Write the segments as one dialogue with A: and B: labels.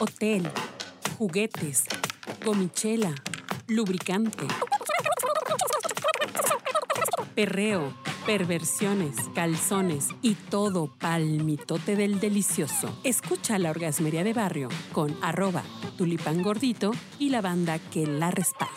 A: hotel, juguetes, gomichela, lubricante. Perreo, perversiones, calzones y todo palmitote del delicioso. Escucha la orgasmería de barrio con arroba tulipán gordito y la banda que la respalda.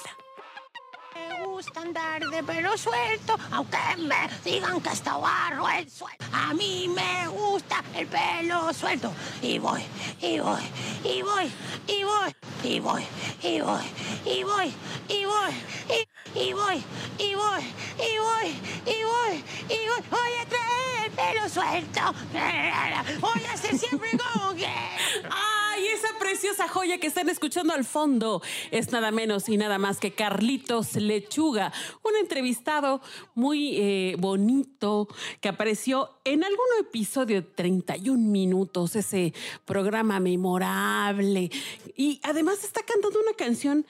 B: Me gusta andar de pelo suelto, aunque me digan que está barro el suelo. A mí me gusta el pelo suelto. Y voy, y voy, y voy, y voy, y voy, y voy, y voy, y voy, y, y voy, y voy, y voy, y voy, y voy. Voy a traer el pelo suelto. Voy a ser siempre como que.
A: ¡Ay, esa preciosa joya que están escuchando al fondo! Es nada menos y nada más que Carlitos Lechuga, un entrevistado muy eh, bonito que apareció en algún episodio de 31 minutos, ese programa memorable. Y además está cantando una canción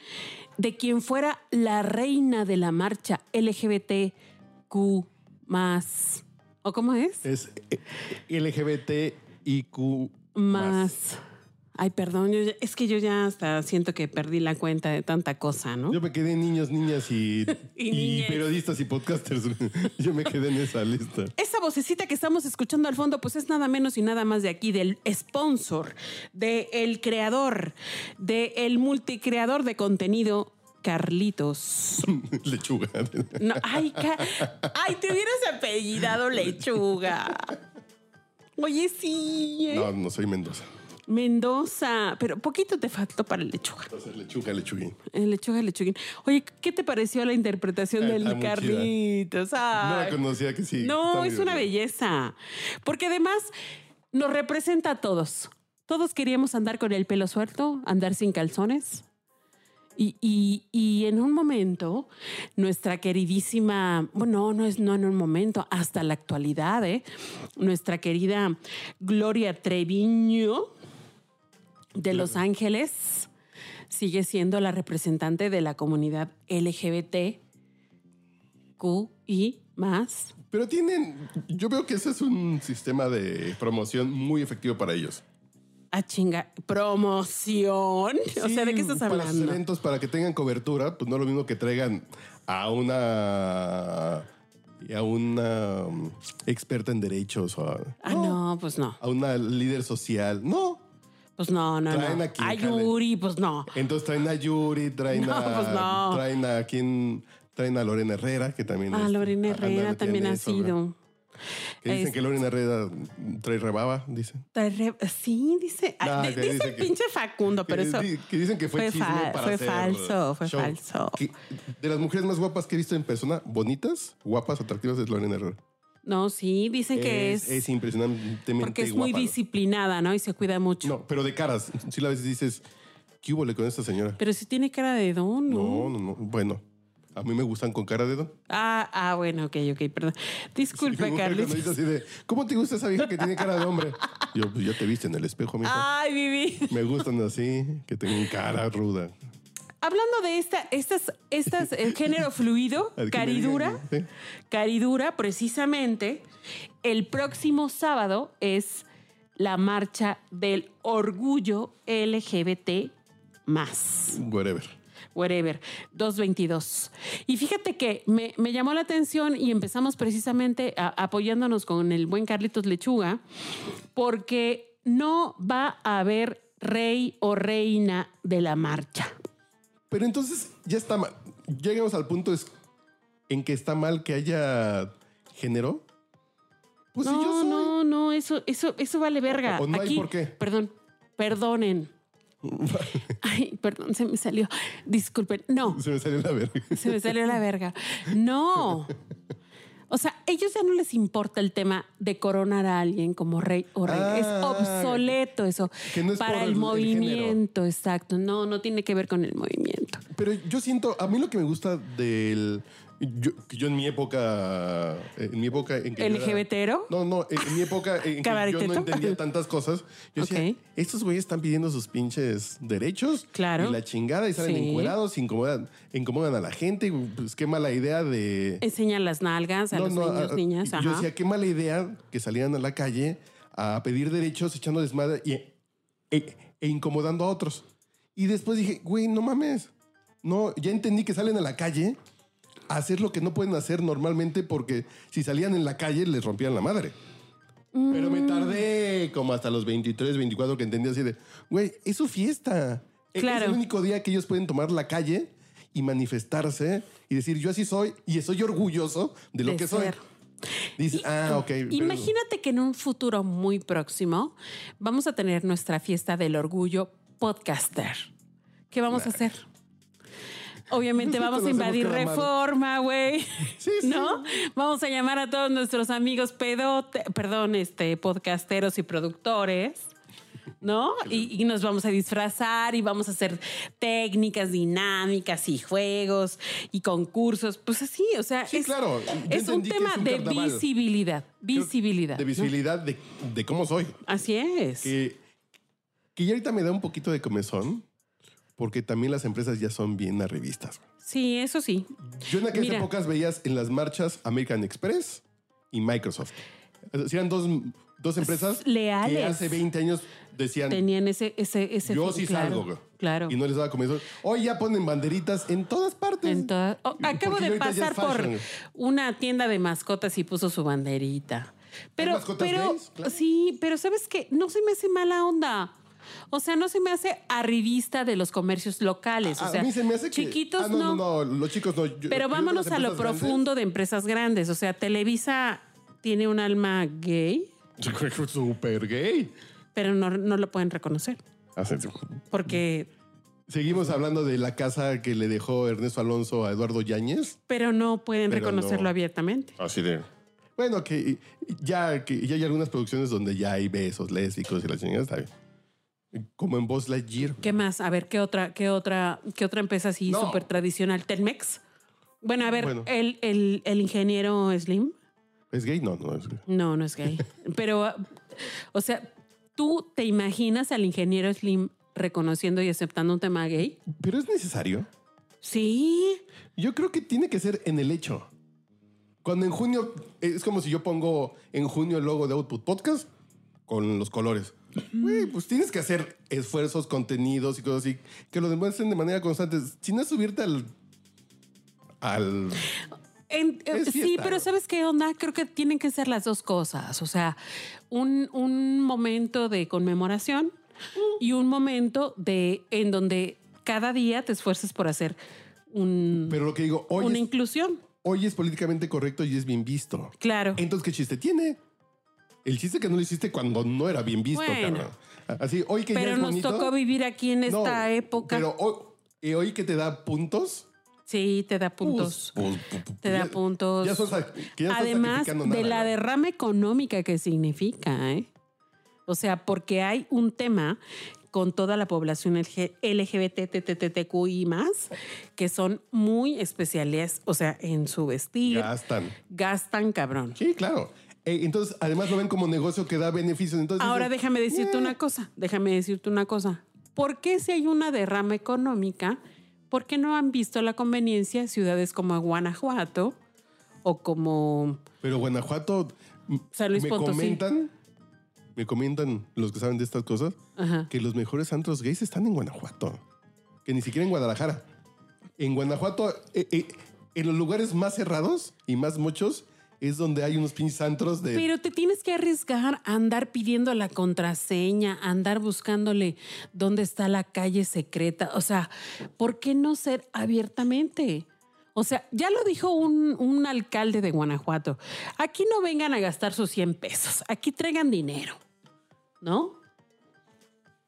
A: de quien fuera la reina de la marcha LGBTQ más. ¿O cómo es?
C: Es eh, LGBTIQ.
A: más. Ay, perdón, yo ya- es que yo ya hasta siento que perdí la cuenta de tanta cosa, ¿no?
C: Yo me quedé en niños, niñas y,
A: Y
C: y
A: niñes.
C: periodistas y podcasters. Yo me quedé en esa lista.
A: Esa vocecita que estamos escuchando al fondo, pues es nada menos y nada más de aquí, del sponsor, del creador, del multicreador de contenido, Carlitos.
C: Lechuga.
A: No, ay, ca- ay, te hubieras apellidado lechuga. Oye, sí. ¿eh?
C: No, no soy Mendoza.
A: Mendoza, pero poquito te faltó para el lechuga.
C: No soy lechuga, lechuguín.
A: El lechuga, el lechuguín. Oye, ¿qué te pareció la interpretación
C: Ah,
A: del
C: está muy chida.
A: Carlitos?
C: No
A: Ay.
C: la conocía que sí.
A: No,
C: está muy
A: es una
C: divertida.
A: belleza. Porque además nos representa a todos. Todos queríamos andar con el pelo suelto, andar sin calzones. Y, y- y en un momento, nuestra queridísima, bueno, no es no en un momento, hasta la actualidad, ¿eh? nuestra querida Gloria Treviño de Los Ángeles sigue siendo la representante de la comunidad LGBTQI más.
C: Pero tienen. Yo veo que ese es un sistema de promoción muy efectivo para ellos.
A: A chinga, promoción. o
C: Sí,
A: sea, ¿de qué estás
C: Para sus
A: hablando?
C: eventos, para que tengan cobertura, pues no es lo mismo que traigan a una. a una um, experta en derechos o a,
A: Ah, no, pues no.
C: a una líder social. No.
A: Pues no, no,
C: Traen
A: no.
C: a quien
A: A
C: jale.
A: Yuri, pues no.
C: Entonces traen a Yuri, traen
A: No,
C: a.
A: pues no.
C: Traen a quien. Traen a Lorena Herrera, que también
A: A
C: es-
A: Lorena
C: anda
A: Herrera
C: metida
A: también
C: en
A: ha
C: este, eso,
A: sido.
C: Que dicen
A: Es-
C: que Lorena Herrera mm, trae rebaba, dicen.
A: Trae re- Sí, dice.
C: No,
A: ah, di-
C: que
A: dice
C: dice
A: el
C: que-
A: pinche Facundo, pero
C: que,
A: eso.
C: di- que dicen que fue,
A: fue
C: chisme
A: fal-
C: para
A: fue
C: hacer
A: falso, fue
C: show.
A: falso.
C: Que de las mujeres más guapas que he visto en persona, bonitas, guapas, atractivas, es Lorena Herrera.
A: No, sí, dicen que es.
C: Es impresionantemente
A: porque es muy
C: guapa.
A: disciplinada, ¿no? Y se cuida mucho.
C: No, pero de caras. Si la ves y dices, ¿qué hubo con esta señora?
A: Pero si tiene cara de don, ¿no?
C: No, no, no. Bueno, a mí me gustan con cara de don.
A: Ah, ah, bueno, ok, ok, perdón. Disculpa,
C: Mi mujer
A: Carlos.
C: cuando dice así de, ¿Cómo te gusta esa vieja que tiene cara de hombre? Yo, pues ya te viste en el espejo, mija.
A: Ay, Vivi.
C: Me gustan así, que tengan cara ruda.
A: Hablando de esta, estas, estas, el género fluido,
C: Al que me
A: caridura,
C: digan, ¿sí?
A: caridura, precisamente, el próximo sábado es la marcha del orgullo LGBT más,
C: Whatever.
A: wherever, 222. Y fíjate que me, me llamó la atención y empezamos precisamente a- apoyándonos con el buen Carlitos Lechuga, porque no va a haber rey o reina de la marcha.
C: Pero entonces ya está mal. Llegamos al punto es- en que está mal que haya género. Pues si
A: no,
C: yo soy.
A: no, no, eso, eso, eso vale verga.
C: O no hay
A: Aquí-
C: por qué.
A: Perdón, perdonen. Ay, perdón, se me salió. Disculpen. No,
C: Se me salió la verga.
A: se me salió la verga. No. O sea, ellos ya no les importa el tema de coronar a alguien como rey o reina. es
C: Ah,
A: obsoleto eso.
C: que no es
A: Para
C: por
A: el,
C: el- el
A: movimiento, exacto. No, no tiene que ver con el movimiento.
C: Pero yo siento, a mí lo que me gusta del. Yo, que yo en mi época. eh, En mi época. En que yo era-
A: ¿LGBTero?
C: no, no, en, en mi época. En que yo
A: Cabareteto.
C: no entendía tantas cosas. Yo decía,
A: Ok.
C: estos güeyes están pidiendo sus pinches derechos.
A: Claro.
C: Y la chingada y salen
A: Sí.
C: encuerados, incomodan, incomodan a la gente. Pues qué mala idea de.
A: Enseñan las nalgas a los niños,
C: a-
A: niñas.
C: Yo
A: ajá.
C: decía, qué mala idea que salieran a la calle a pedir derechos echando desmadre y e, e incomodando a otros. Y después dije, güey, no mames. No, ya entendí que salen a la calle a hacer lo que no pueden hacer normalmente porque si salían en la calle les rompían la madre. Pero
A: Mm.
C: me tardé como hasta los 23, 24 que entendí así de, güey, es su fiesta. E-
A: Claro.
C: Es el único día que ellos pueden tomar la calle y manifestarse y decir, yo así soy y soy orgulloso de lo
A: De
C: que
A: ser.
C: soy. Dice, ah, ok. pero-
A: Imagínate que en un futuro muy próximo vamos a tener nuestra fiesta del orgullo podcaster. ¿Qué vamos a hacer? Obviamente vamos a
C: Lo hacemos
A: invadir
C: cada madre.
A: reforma, güey.
C: Sí, sí.
A: ¿No? Vamos a llamar a todos nuestros amigos pedote, perdón, este, podcasteros y productores. ¿No? Y, y nos vamos a disfrazar y vamos a hacer técnicas dinámicas y juegos y concursos. Pues así, o sea,
C: Sí,
A: es,
C: claro. Yo
A: es un
C: entendí que
A: tema
C: es un
A: de
C: carnaval.
A: visibilidad. Visibilidad.
C: De visibilidad de, de cómo soy.
A: Así es.
C: Que, que ya ahorita me da un poquito de comezón porque también las empresas ya son bien arribistas.
A: Sí, eso sí.
C: Yo en aquellas
A: Mira.
C: épocas veías en las marchas American Express y Microsoft. O sea, eran dos, dos empresas que
A: Leales.
C: hace 20 años decían,
A: Tenían ese, ese, ese.
C: yo sí
A: claro,
C: salgo. güey.
A: Claro.
C: Y no les daba comezón. Hoy ya ponen banderitas en todas partes.
A: En toda- oh, acabo
C: Porque
A: de
C: ahorita ya
A: pasar
C: es
A: por
C: fashion.
A: una tienda de mascotas y puso su banderita. Pero,
C: mascotas
A: pero
C: gays? Claro.
A: sí, pero sabes que no se me hace mala onda. O sea, no se me hace arribista de los comercios locales.
C: A
A: o sea,
C: mí se me hace que-
A: chiquitos
C: Ah, no, no, no, los chicos no. Yo- yo creo
A: Pero
C: que
A: vámonos
C: las
A: a lo
C: empresas grandes-
A: profundo de empresas grandes. O sea, Televisa tiene un alma gay,
C: Yo creo que es Super gay.
A: pero no, no lo pueden reconocer.
C: Así-
A: Porque,
C: Seguimos hablando de la casa que le dejó Ernesto Alonso a Eduardo Yáñez.
A: pero no pueden
C: Pero
A: reconocerlo
C: no.
A: abiertamente.
C: Así de. Bueno, que ya, que ya hay algunas producciones donde ya hay besos lésbicos y la chingada está bien. Como en Voz Lightyear.
A: ¿Qué más? A ver, ¿qué otra, qué otra, qué otra empresa así
C: No.
A: súper tradicional? Telmex. Bueno, a ver,
C: Bueno.
A: El, el- el ingeniero Slim.
C: ¿Es gay? No, no es gay.
A: No, no es gay. Pero, ah, o sea, ¿tú te imaginas al ingeniero Slim reconociendo y aceptando un tema gay?
C: Pero es necesario.
A: Sí.
C: Yo creo que tiene que ser en el hecho. Cuando en junio, es como si yo pongo en junio el logo de Output Podcast con los colores. Güey, pues tienes que hacer esfuerzos, contenidos y cosas así, que lo demuestren de manera constante. Si no es subirte al... al
A: En- eh,
C: Es
A: sí,
C: fiesta,
A: pero
C: ¿no?
A: ¿sabes qué onda? Creo que tienen que ser las dos cosas. O sea, un, un momento de conmemoración y un momento de en donde cada día te esfuerces por hacer un,
C: pero lo que digo, hoy
A: una
C: es,
A: inclusión.
C: hoy es políticamente correcto y es bien visto.
A: Claro.
C: Entonces, ¿qué chiste tiene? El chiste que no lo hiciste cuando no era bien visto,
A: Bueno.
C: cabrón. Así, hoy que ya
A: pero
C: es
A: nos
C: bonito,
A: tocó vivir aquí en
C: no,
A: esta época.
C: Pero hoy, y hoy que te da puntos...
A: sí, te da puntos.
C: Pues, pu- pu-
A: Te da
C: ya-
A: puntos.
C: ya son sac- que ya estás
A: Además
C: sacrificando
A: de
C: nada,
A: la
C: ¿no?
A: derrama económica que significa, ¿eh? O sea, porque hay un tema con toda la población LGBTQI más, que son muy especiales, o sea, en su vestir,
C: Gastan.
A: gastan cabrón.
C: Sí, claro. Eh, entonces, además lo ven como negocio que da beneficios. Entonces,
A: Ahora
C: dicen,
A: déjame decirte
C: "Eh,
A: una cosa, déjame decirte una cosa. ¿Por qué si hay una derrama económica, por qué no han visto la conveniencia ciudades como Guanajuato o como
C: Pero Guanajuato, m-
A: San Luis
C: me
A: Potosí.
C: comentan, me comentan los que saben de estas cosas,
A: Ajá.
C: que los mejores antros gays están en Guanajuato, que ni siquiera en Guadalajara. En Guanajuato, eh, eh, en los lugares más cerrados y más muchos, es donde hay unos pinches antros de...
A: Pero te tienes que arriesgar a andar pidiendo la contraseña, a andar buscándole dónde está la calle secreta. O sea, ¿por qué no ser abiertamente? O sea, ya lo dijo un, un alcalde de Guanajuato. Aquí no vengan a gastar sus 100 pesos, aquí traigan dinero, ¿no?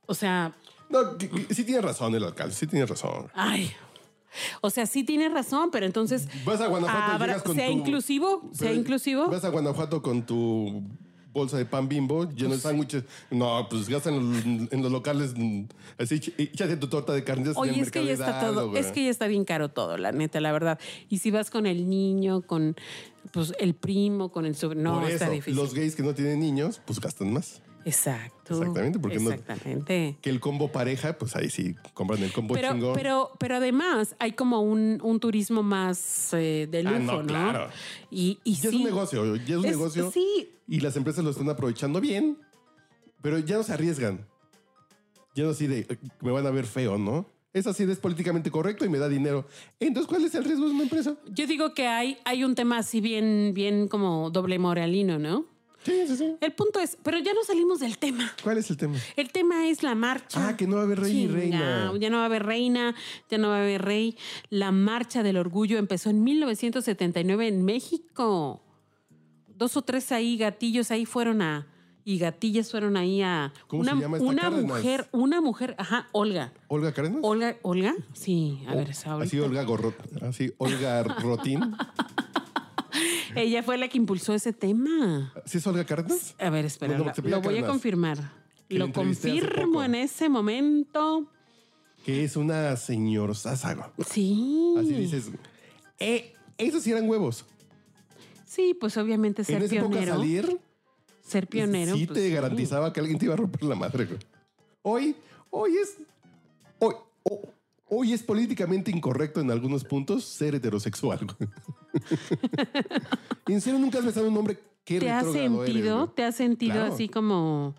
A: O sea,
C: No, que- que- sí tiene razón el alcalde, sí tiene razón.
A: ay. O sea, sí tiene razón, pero entonces.
C: Vas a Guanajuato y
A: habrá-
C: llegas con
A: sea
C: tu-
A: inclusivo, sea
C: Pero
A: inclusivo.
C: Vas a Guanajuato con tu bolsa de pan bimbo lleno
A: Pues-
C: de sándwiches. No, pues gastan en, en los locales. mm, Así, ch- échate tu torta de carnitas en
A: Oye,
C: el
A: es que ya está
C: Mercado
A: todo,
C: Hidalgo,
A: es que ya está bien caro todo, la neta, la verdad. Y si vas con el niño, con pues el primo, con el sobrino,
C: Por
A: no,
C: eso,
A: está difícil.
C: los gays que no tienen niños, pues gastan más.
A: Exacto.
C: Exactamente, porque no-
A: Exactamente.
C: Que el combo pareja, pues ahí sí compran el combo
A: Pero,
C: chingón.
A: pero, pero además hay como un, un turismo más eh, de
C: Ah,
A: lujo,
C: no,
A: ¿no?
C: claro.
A: Y, y
C: ya
A: sí.
C: es un negocio, ya es un
A: Es-
C: negocio.
A: sí.
C: Y las empresas lo están aprovechando bien, pero ya no se arriesgan. Yo así de, eh, me van a ver feo, ¿no? Es así, de, es políticamente correcto y me da dinero. Entonces, ¿cuál es el riesgo de una empresa?
A: Yo digo que hay, hay un tema así bien, bien como doble moralino, ¿no?
C: Sí, sí, sí.
A: El punto es, pero ya no salimos del tema.
C: ¿Cuál es el tema?
A: El tema es la marcha.
C: Ah, que no va a haber rey y reina.
A: Ya no va a haber reina, ya no va a haber rey. La marcha del orgullo empezó en 1979 en México. Dos o tres ahí gatillos ahí fueron a y gatillas fueron ahí a
C: ¿Cómo
A: una,
C: se llama esta
A: una
C: Cárdenas?
A: mujer, una mujer, ajá, Olga.
C: ¿Olga Cárdenas?
A: Olga, Olga, sí, a
C: O-
A: ver, esa
C: Así
A: ahorita.
C: Olga Gorrot. Así Olga Rotín.
A: Ella fue la que impulsó ese tema.
C: ¿Sí es Olga Cárdenas?
A: A ver, espera,
C: Bueno, pues,
A: lo-
C: se pide
A: lo voy a
C: Cárdenas.
A: confirmar.
C: Que la
A: Lo
C: entrevisté hace
A: confirmo
C: poco.
A: en ese momento.
C: Que es una señor sázago.
A: Sí.
C: Así dices. Eh, esos sí eran huevos.
A: Sí, pues obviamente ser
C: en esa época
A: pionero.
C: salir,
A: Ser pionero.
C: sí
A: pues,
C: te garantizaba que alguien te iba a romper la madre. güey. Hoy, hoy es. Hoy, ho- hoy es políticamente incorrecto en algunos puntos ser heterosexual. güey. en serio, nunca has besado a un hombre que
A: ¿Te has sentido? ¿Te has sentido
C: Claro.
A: así como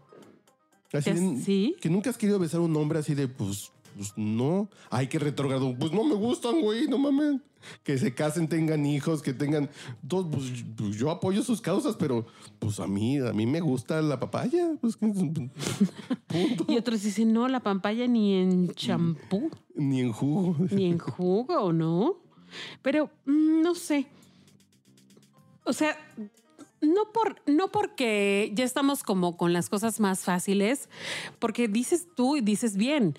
C: Así
A: ¿Te has-
C: de-
A: sí?
C: Que nunca has querido besar a un hombre así de, pues, pues no. Ay, qué retrogrado. Pues no me gustan, güey, no mames. Que se casen, tengan hijos, que tengan. Dos, pues, pues, yo apoyo sus causas, pero pues a mí, a mí me gusta la papaya. Pues, que- punto.
A: Y otros dicen, no, la pampaya ni
C: Mm.
A: en champú,
C: Ni en jugo.
A: ni en jugo, ¿no? Pero mm, no sé. O sea, no, por, no porque ya estamos como con las cosas más fáciles, porque dices tú y dices bien.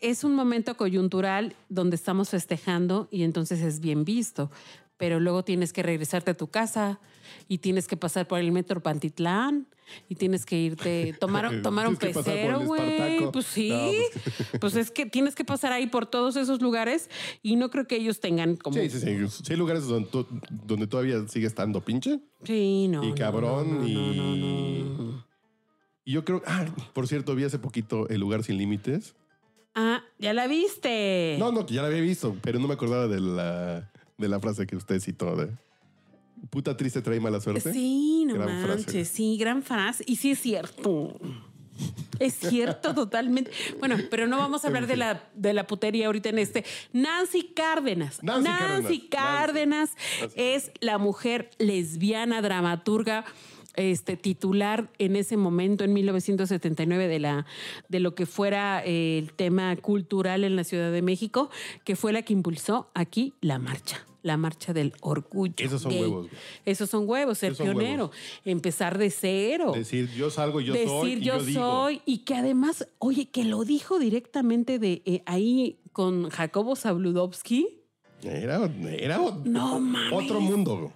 A: Es un momento coyuntural donde estamos festejando y entonces es bien visto. Pero luego tienes que regresarte a tu casa y tienes que pasar por el metro Pantitlán y tienes que irte, tomar, tomar un
C: Tienes que pasar por
A: pecero,
C: el
A: güey.
C: Espartaco.
A: Pues sí.
C: No, pues-
A: Pues es que tienes que pasar ahí por todos esos lugares y no creo que ellos tengan como.
C: Sí, sí, sí. Sí, hay lugares donde, to- donde todavía sigue estando pinche
A: Sí, no.
C: y
A: no,
C: cabrón
A: no, no,
C: y.
A: no, no, no.
C: Y yo creo. Ah, por cierto, vi hace poquito El Lugar Sin Límites.
A: Ah, ya la viste.
C: No, no, que ya la había visto, pero no me acordaba de la, de la frase que usted citó de puta triste trae mala suerte.
A: Sí, no
C: Gran frase.
A: manches. Sí, gran frase. Y sí es cierto. Es cierto totalmente. Bueno, pero no vamos a hablar de la, de la putería ahorita en este. Nancy Cárdenas.
C: Nancy
A: Nancy Cárdenas,
C: Cárdenas.
A: es la mujer lesbiana dramaturga. Este titular en ese momento, en 1979, de, la, de lo que fuera eh, el tema cultural en la Ciudad de México, que fue la que impulsó aquí la marcha, la marcha del orgullo.
C: Esos son
A: gay.
C: huevos, güey.
A: Esos son huevos, ser
C: Esos son
A: pionero,
C: huevos.
A: empezar de cero.
C: Decir yo salgo, yo
A: decir
C: soy, y
A: yo,
C: yo, digo.
A: soy y que además, oye, que lo dijo directamente de eh, ahí con Jacobo Zabludovsky.
C: Era, era o-
A: No mames.
C: otro mundo. güey.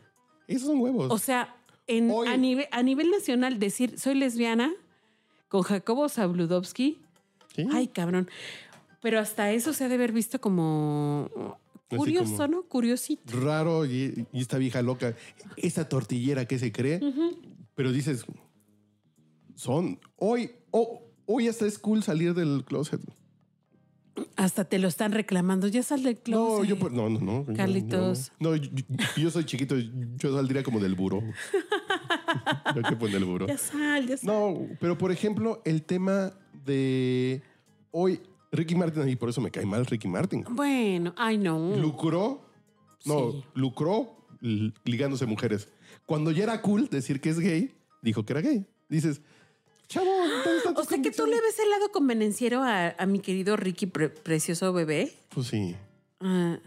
C: Esos son huevos.
A: O sea, en,
C: Hoy-
A: a, nivel, a nivel nacional decir soy lesbiana con Jacobo Zabludovsky,
C: Sí.
A: ay cabrón. Pero hasta eso se ha de haber visto como
C: Así
A: curioso,
C: como-
A: ¿no? Curiosito.
C: Raro y, y esta vieja loca, esa tortillera que se cree, pero dices, son hoy, oh, hoy hasta es cool salir del closet.
A: Hasta te lo están reclamando. Ya sal del closet.
C: No, yo por- no, no, no. yo-
A: Carlitos.
C: No, no. No, yo, yo- yo soy chiquito, yo saldría como del buró. yo que pone el buró.
A: Ya sal, ya sal.
C: No, pero por ejemplo, el tema de hoy, Ricky Martin, y por eso me cae mal Ricky Martin.
A: Bueno, ay no.
C: Lucró, no,
A: Mm. Sí.
C: lucró l- ligándose mujeres. Cuando ya era cool decir que es gay, dijo que era gay. Dices, chavo, ¿dónde están
A: O
C: tus
A: sea que tú
C: convicciones?
A: le ves el lado convenenciero a, a mi querido Ricky pre- precioso bebé.
C: Pues sí.
A: Ah,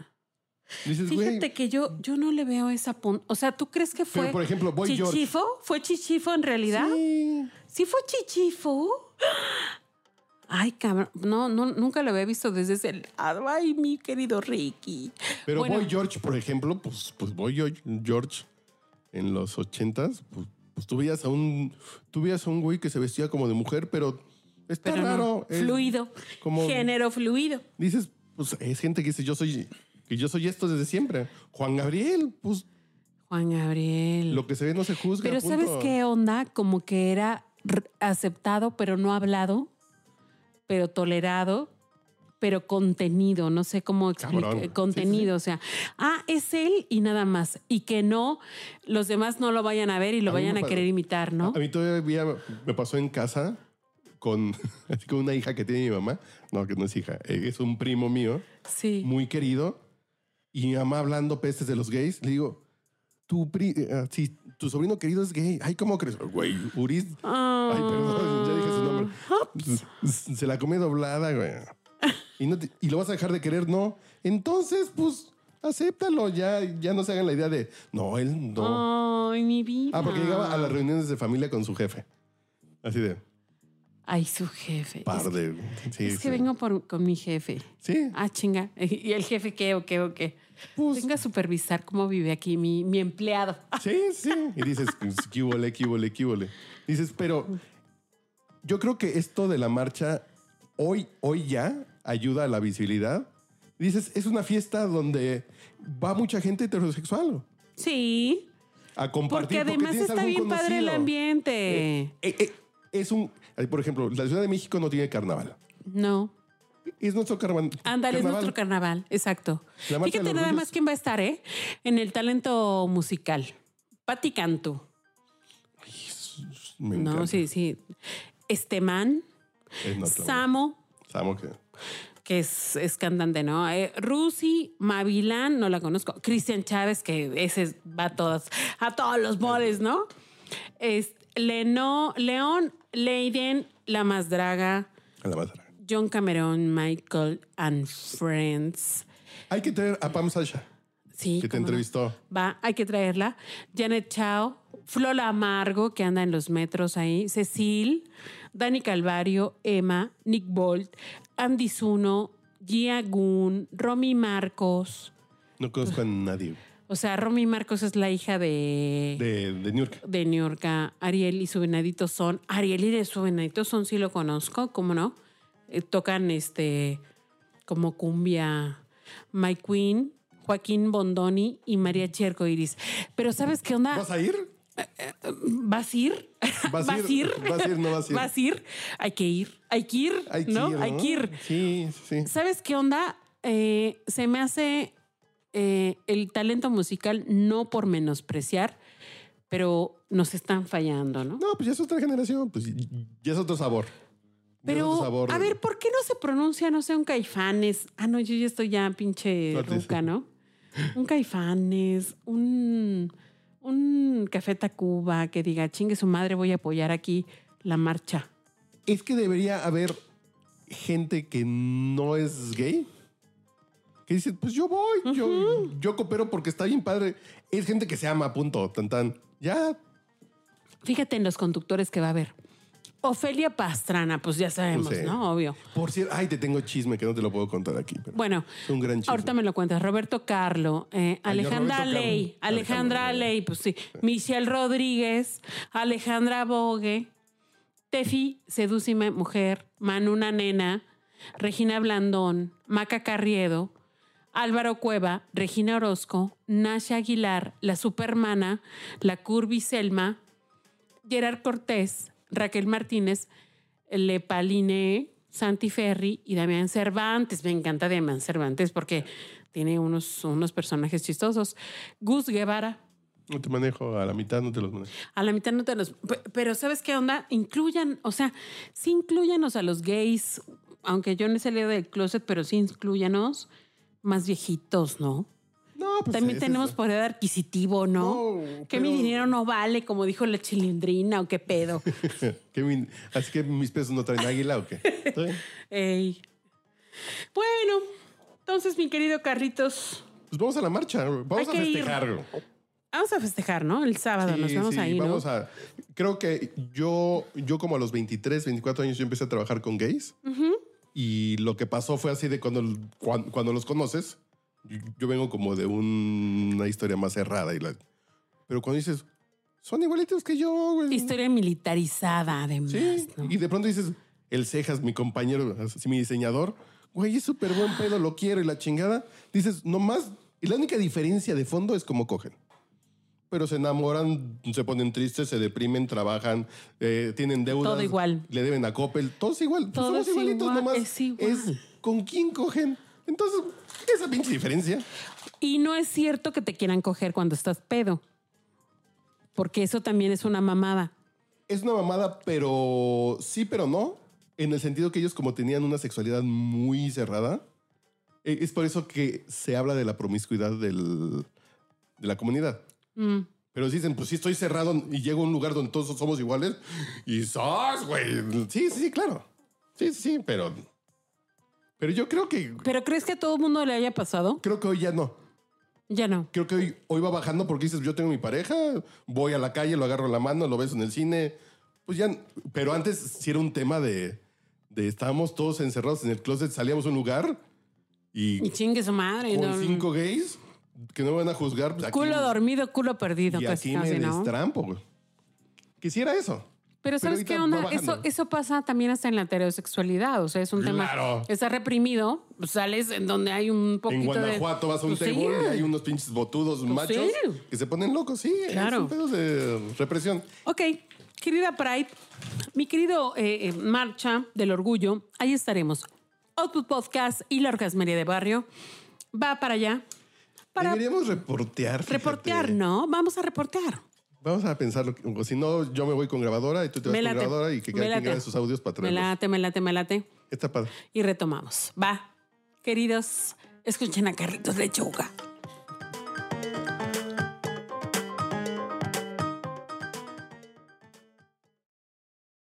C: Dices,
A: fíjate
C: Pues, güey,
A: que yo, yo no le veo esa punta. O sea, ¿tú crees que fue
C: por ejemplo, Boy George.
A: chichifo? ¿Fue chichifo en realidad? Sí.
C: sí.
A: fue chichifo? Ay, cabrón. No, no, nunca lo había visto desde ese lado. Ay, mi querido Ricky.
C: Pero
A: Bueno,
C: Boy George, por ejemplo, pues, pues Boy Yo- George en los ochentas, pues, pues tú veías a un, tú veías a un güey que se vestía como de mujer, pero está
A: pero no,
C: raro. eh,
A: fluido.
C: como-
A: Género fluido.
C: Dices, pues es gente que dice yo soy, que yo soy esto desde siempre. Juan Gabriel, pues
A: Juan Gabriel.
C: lo que se ve no se juzga.
A: Mm. Pero
C: punto.
A: ¿sabes qué onda? Como que era r- aceptado, pero no hablado, pero tolerado, pero contenido, no sé cómo
C: Cabrón.
A: explicar.
C: Sí, sí,
A: Contenido, o sea, ah, es él y nada más. Y que no, los demás no lo vayan a ver y lo
C: A mí me
A: vayan a
C: pa-
A: querer imitar, ¿no?
C: A mí todavía me pasó en casa con, así con una hija que tiene mi mamá. No, que no es hija, eh, es un primo mío
A: Sí.
C: muy querido. Y mi mamá hablando pestes de los gays, le digo, tu, pri- eh, ah, sí, tu sobrino querido es gay. Ay, ¿cómo crees? Güey, Uris.
A: Ah.
C: Ay, perdón, ya dije su nombre. S- Se la come doblada, güey. Y, no te- y lo vas a dejar de querer, no. Entonces, pues, acéptalo. Ya, ya no se hagan la idea de, no, él no.
A: Ay, mi vida.
C: Ah, porque llegaba a las reuniones de familia con su jefe. Así de,
A: Ay, su jefe. Es
C: par
A: que-
C: de. Sí,
A: Es que
C: sí.
A: vengo por, con mi jefe.
C: Sí.
A: Ah, chinga. ¿Y el jefe qué o qué o qué?
C: Pues-
A: Venga a supervisar cómo vive aquí mi, mi empleado.
C: Sí, sí. Y dices, pues, qué vole, qué vole, qué vole. Dices, pero yo creo que esto de la marcha hoy, hoy ya ayuda a la visibilidad. Dices, es una fiesta donde va mucha gente heterosexual
A: Sí.
C: a compartir.
A: Porque además
C: tienes
A: está
C: algún
A: bien padre el
C: conocido.
A: ambiente.
C: Eh, eh, es un, eh, por ejemplo, la Ciudad de México no tiene carnaval.
A: No.
C: Es nuestro carvan- carnaval.
A: Ándale, es nuestro carnaval. Exacto.
C: La marcha
A: Fíjate
C: del
A: nada
C: orgullo
A: más
C: es-
A: quién va a estar, ¿eh? En el talento musical. Pati Cantu.
C: Me encanta.
A: No, sí, sí. Esteman,
C: Es nuestro-
A: Samo,
C: Samo que.
A: que es, es cantante, ¿no? Eh, Rusi, Mavilán, no la conozco. Cristian Chávez, que ese va a todas, a todos los moles, ¿no? Es, Leno, León, Leiden, La Más Draga,
C: a la madre.
A: John Cameron, Michael and Friends.
C: Hay que traer a Pam Sasha,
A: Sí.
C: que te
A: cómo no.
C: entrevistó.
A: Va, hay que traerla. Janet Chao, Flola Amargo, que anda en los metros ahí, Cecil, Dani Calvario, Emma, Nick Bolt, Andy Zuno, Gia Gun, Romy Marcos.
C: No conozco a nadie.
A: O sea, Romy Marcos es la hija de,
C: De, de New York.
A: de, New York. Ariel y su venadito son. Ariel y de su venadito son, sí lo conozco, ¿cómo no? Eh, tocan este como cumbia. My Queen, Joaquín Bondoni y María Cherco Iris. Pero ¿sabes qué onda?
C: ¿Vas a ir?
A: ¿Vas a ir?
C: Vas a ir, vas a ir, no vas a ir.
A: Hay que ir. Hay que ir.
C: Hay que
A: ¿no?
C: ir,
A: Hay que ir.
C: Sí, sí.
A: ¿Sabes qué onda? Eh, se me hace eh, el talento musical no por menospreciar, pero nos están fallando, ¿no?
C: No, pues ya es otra generación, pues ya es otro sabor. Ya es otro
A: pero,
C: sabor.
A: a ver, ¿por qué no se pronuncia, no sé, un caifanes? Ah, no, yo ya estoy ya pinche
C: Suerte.
A: ruca, ¿no? Un caifanes, un, un café Tacuba que diga, chingue su madre, voy a apoyar aquí la marcha.
C: Es que debería haber gente que no es gay. Que dice, pues yo voy, yo, yo coopero porque está bien padre. Es gente que se ama, punto, tan tan. Ya,
A: Fíjate en los conductores que va a haber. Ofelia Pastrana, pues ya sabemos,
C: Pues sí.
A: ¿no? Obvio.
C: por cierto, ay, te tengo chisme que no te lo puedo contar aquí. pero
A: Bueno,
C: es un gran chisme.
A: ahorita me lo cuentas. Roberto Carlo, eh,
C: Ay, yo,
A: Alejandra
C: Roberto Carlo.
A: Ley, Alejandra
C: Alejandra Ley.
A: Ley, pues sí. Michelle Rodríguez, Alejandra Bogue, Tefi, Sedúcime Mujer, Manuna Nena, Regina Blandón, Maca Carriedo, Álvaro Cueva, Regina Orozco, Nasha Aguilar, La Supermana, La Curvi Selma, Gerard Cortés, Raquel Martínez, Le Paline, Santi Ferri y Damián Cervantes. Me encanta Damián Cervantes porque tiene unos, unos personajes chistosos. Gus Guevara.
C: No te manejo a la mitad, no te los manejo.
A: A la mitad no te los... pe- Pero ¿sabes qué onda? Incluyan, o sea, sí incluyanos a los gays, aunque yo no he salido del closet, pero sí incluyanos más viejitos, ¿no?
C: No, pues
A: También
C: es
A: tenemos
C: eso.
A: por edad adquisitivo, ¿no?
C: No,
A: que
C: pero-
A: mi dinero no vale, como dijo la chilindrina, o qué pedo.
C: Que mi- así que mis pesos no traen águila o qué. ¿Está bien?
A: Ey. Bueno, entonces, mi querido Carlitos,
C: Pues vamos a la marcha,
A: Hay
C: vamos a
A: que ir.
C: festejar. güey.
A: vamos a festejar, ¿no? El sábado nos
C: Sí,
A: vemos
C: sí,
A: ahí, ¿no?
C: vamos a. Creo que yo, yo como a los 23, 24 años, yo empecé a trabajar con gays. Y lo que pasó fue así de cuando, cuan- cuando los conoces, yo, yo vengo como de un- una historia más cerrada. Y la- pero cuando dices, son igualitos que yo, güey.
A: Historia militarizada, además.
C: Sí.
A: ¿no?
C: Y de pronto dices, el Cejas, mi compañero, así, mi diseñador, güey, es súper buen pedo, lo quiero y la chingada. Dices, nomás, y la única diferencia de fondo es cómo cogen. Pero se enamoran, se ponen tristes, se deprimen, trabajan, eh, tienen deudas.
A: Todo igual.
C: Le deben a Coppel, todos igual. pues
A: Todo
C: somos
A: es
C: igualitos
A: igual,
C: nomás.
A: es igual.
C: con quién cogen. Entonces, esa pinche diferencia.
A: Y no es cierto que te quieran coger cuando estás pedo. Porque eso también es una mamada.
C: Es una mamada, pero sí, pero no. en el sentido que ellos como tenían una sexualidad muy cerrada, e- es por eso que se habla de la promiscuidad del- de la comunidad.
A: Mm.
C: Pero si dicen, pues sí estoy cerrado y llego a un lugar donde todos somos iguales y sos, güey. Sí, sí, sí, claro. Sí, sí, sí, pero... Pero yo creo que...
A: ¿Pero crees que a todo el mundo le haya pasado?
C: Creo que hoy ya no.
A: Ya no.
C: Creo que hoy, hoy va bajando porque dices, yo tengo mi pareja, voy a la calle, lo agarro la mano, lo beso en el cine. Pues ya, pero antes sí era un tema de, de estábamos todos encerrados en el closet, salíamos a un lugar
A: Y
C: y
A: chingue su madre.
C: con
A: no.
C: cinco gays que no me van a juzgar. pues, aquí-
A: Culo dormido, culo perdido.
C: Y
A: casi,
C: aquí me
A: casi, ¿no?
C: destrampo, güey. Quisiera eso.
A: Pero ¿sabes
C: ahorita
A: qué
C: va
A: onda?
C: bajando.
A: Eso, eso pasa también hasta en la heterosexualidad. O sea, es un
C: Claro.
A: tema... Está reprimido, pues, sales en donde hay un poquito
C: En
A: de-
C: Guanajuato vas a un
A: Pues sí. Pues
C: table y hay unos pinches botudos machos
A: sí.
C: que se ponen locos, sí.
A: Claro.
C: Son pedos de represión.
A: Ok, querida Pride, mi querido eh, eh, Marcha del Orgullo, ahí estaremos. Output Podcast y la Orgasmería de Barrio va para allá para
C: Deberíamos reportear. fíjate.
A: reportear, ¿no? Vamos a reportear.
C: Vamos a pensarlo. o Si no, yo me voy con grabadora y tú te vas
A: Me
C: con
A: late,
C: grabadora y que
A: me
C: cada quien
A: late.
C: grabe sus audios para
A: Me
C: traerlos.
A: late, me late, me late.
C: Está padre.
A: Y retomamos. Va, queridos, escuchen a Carlitos Lechuga.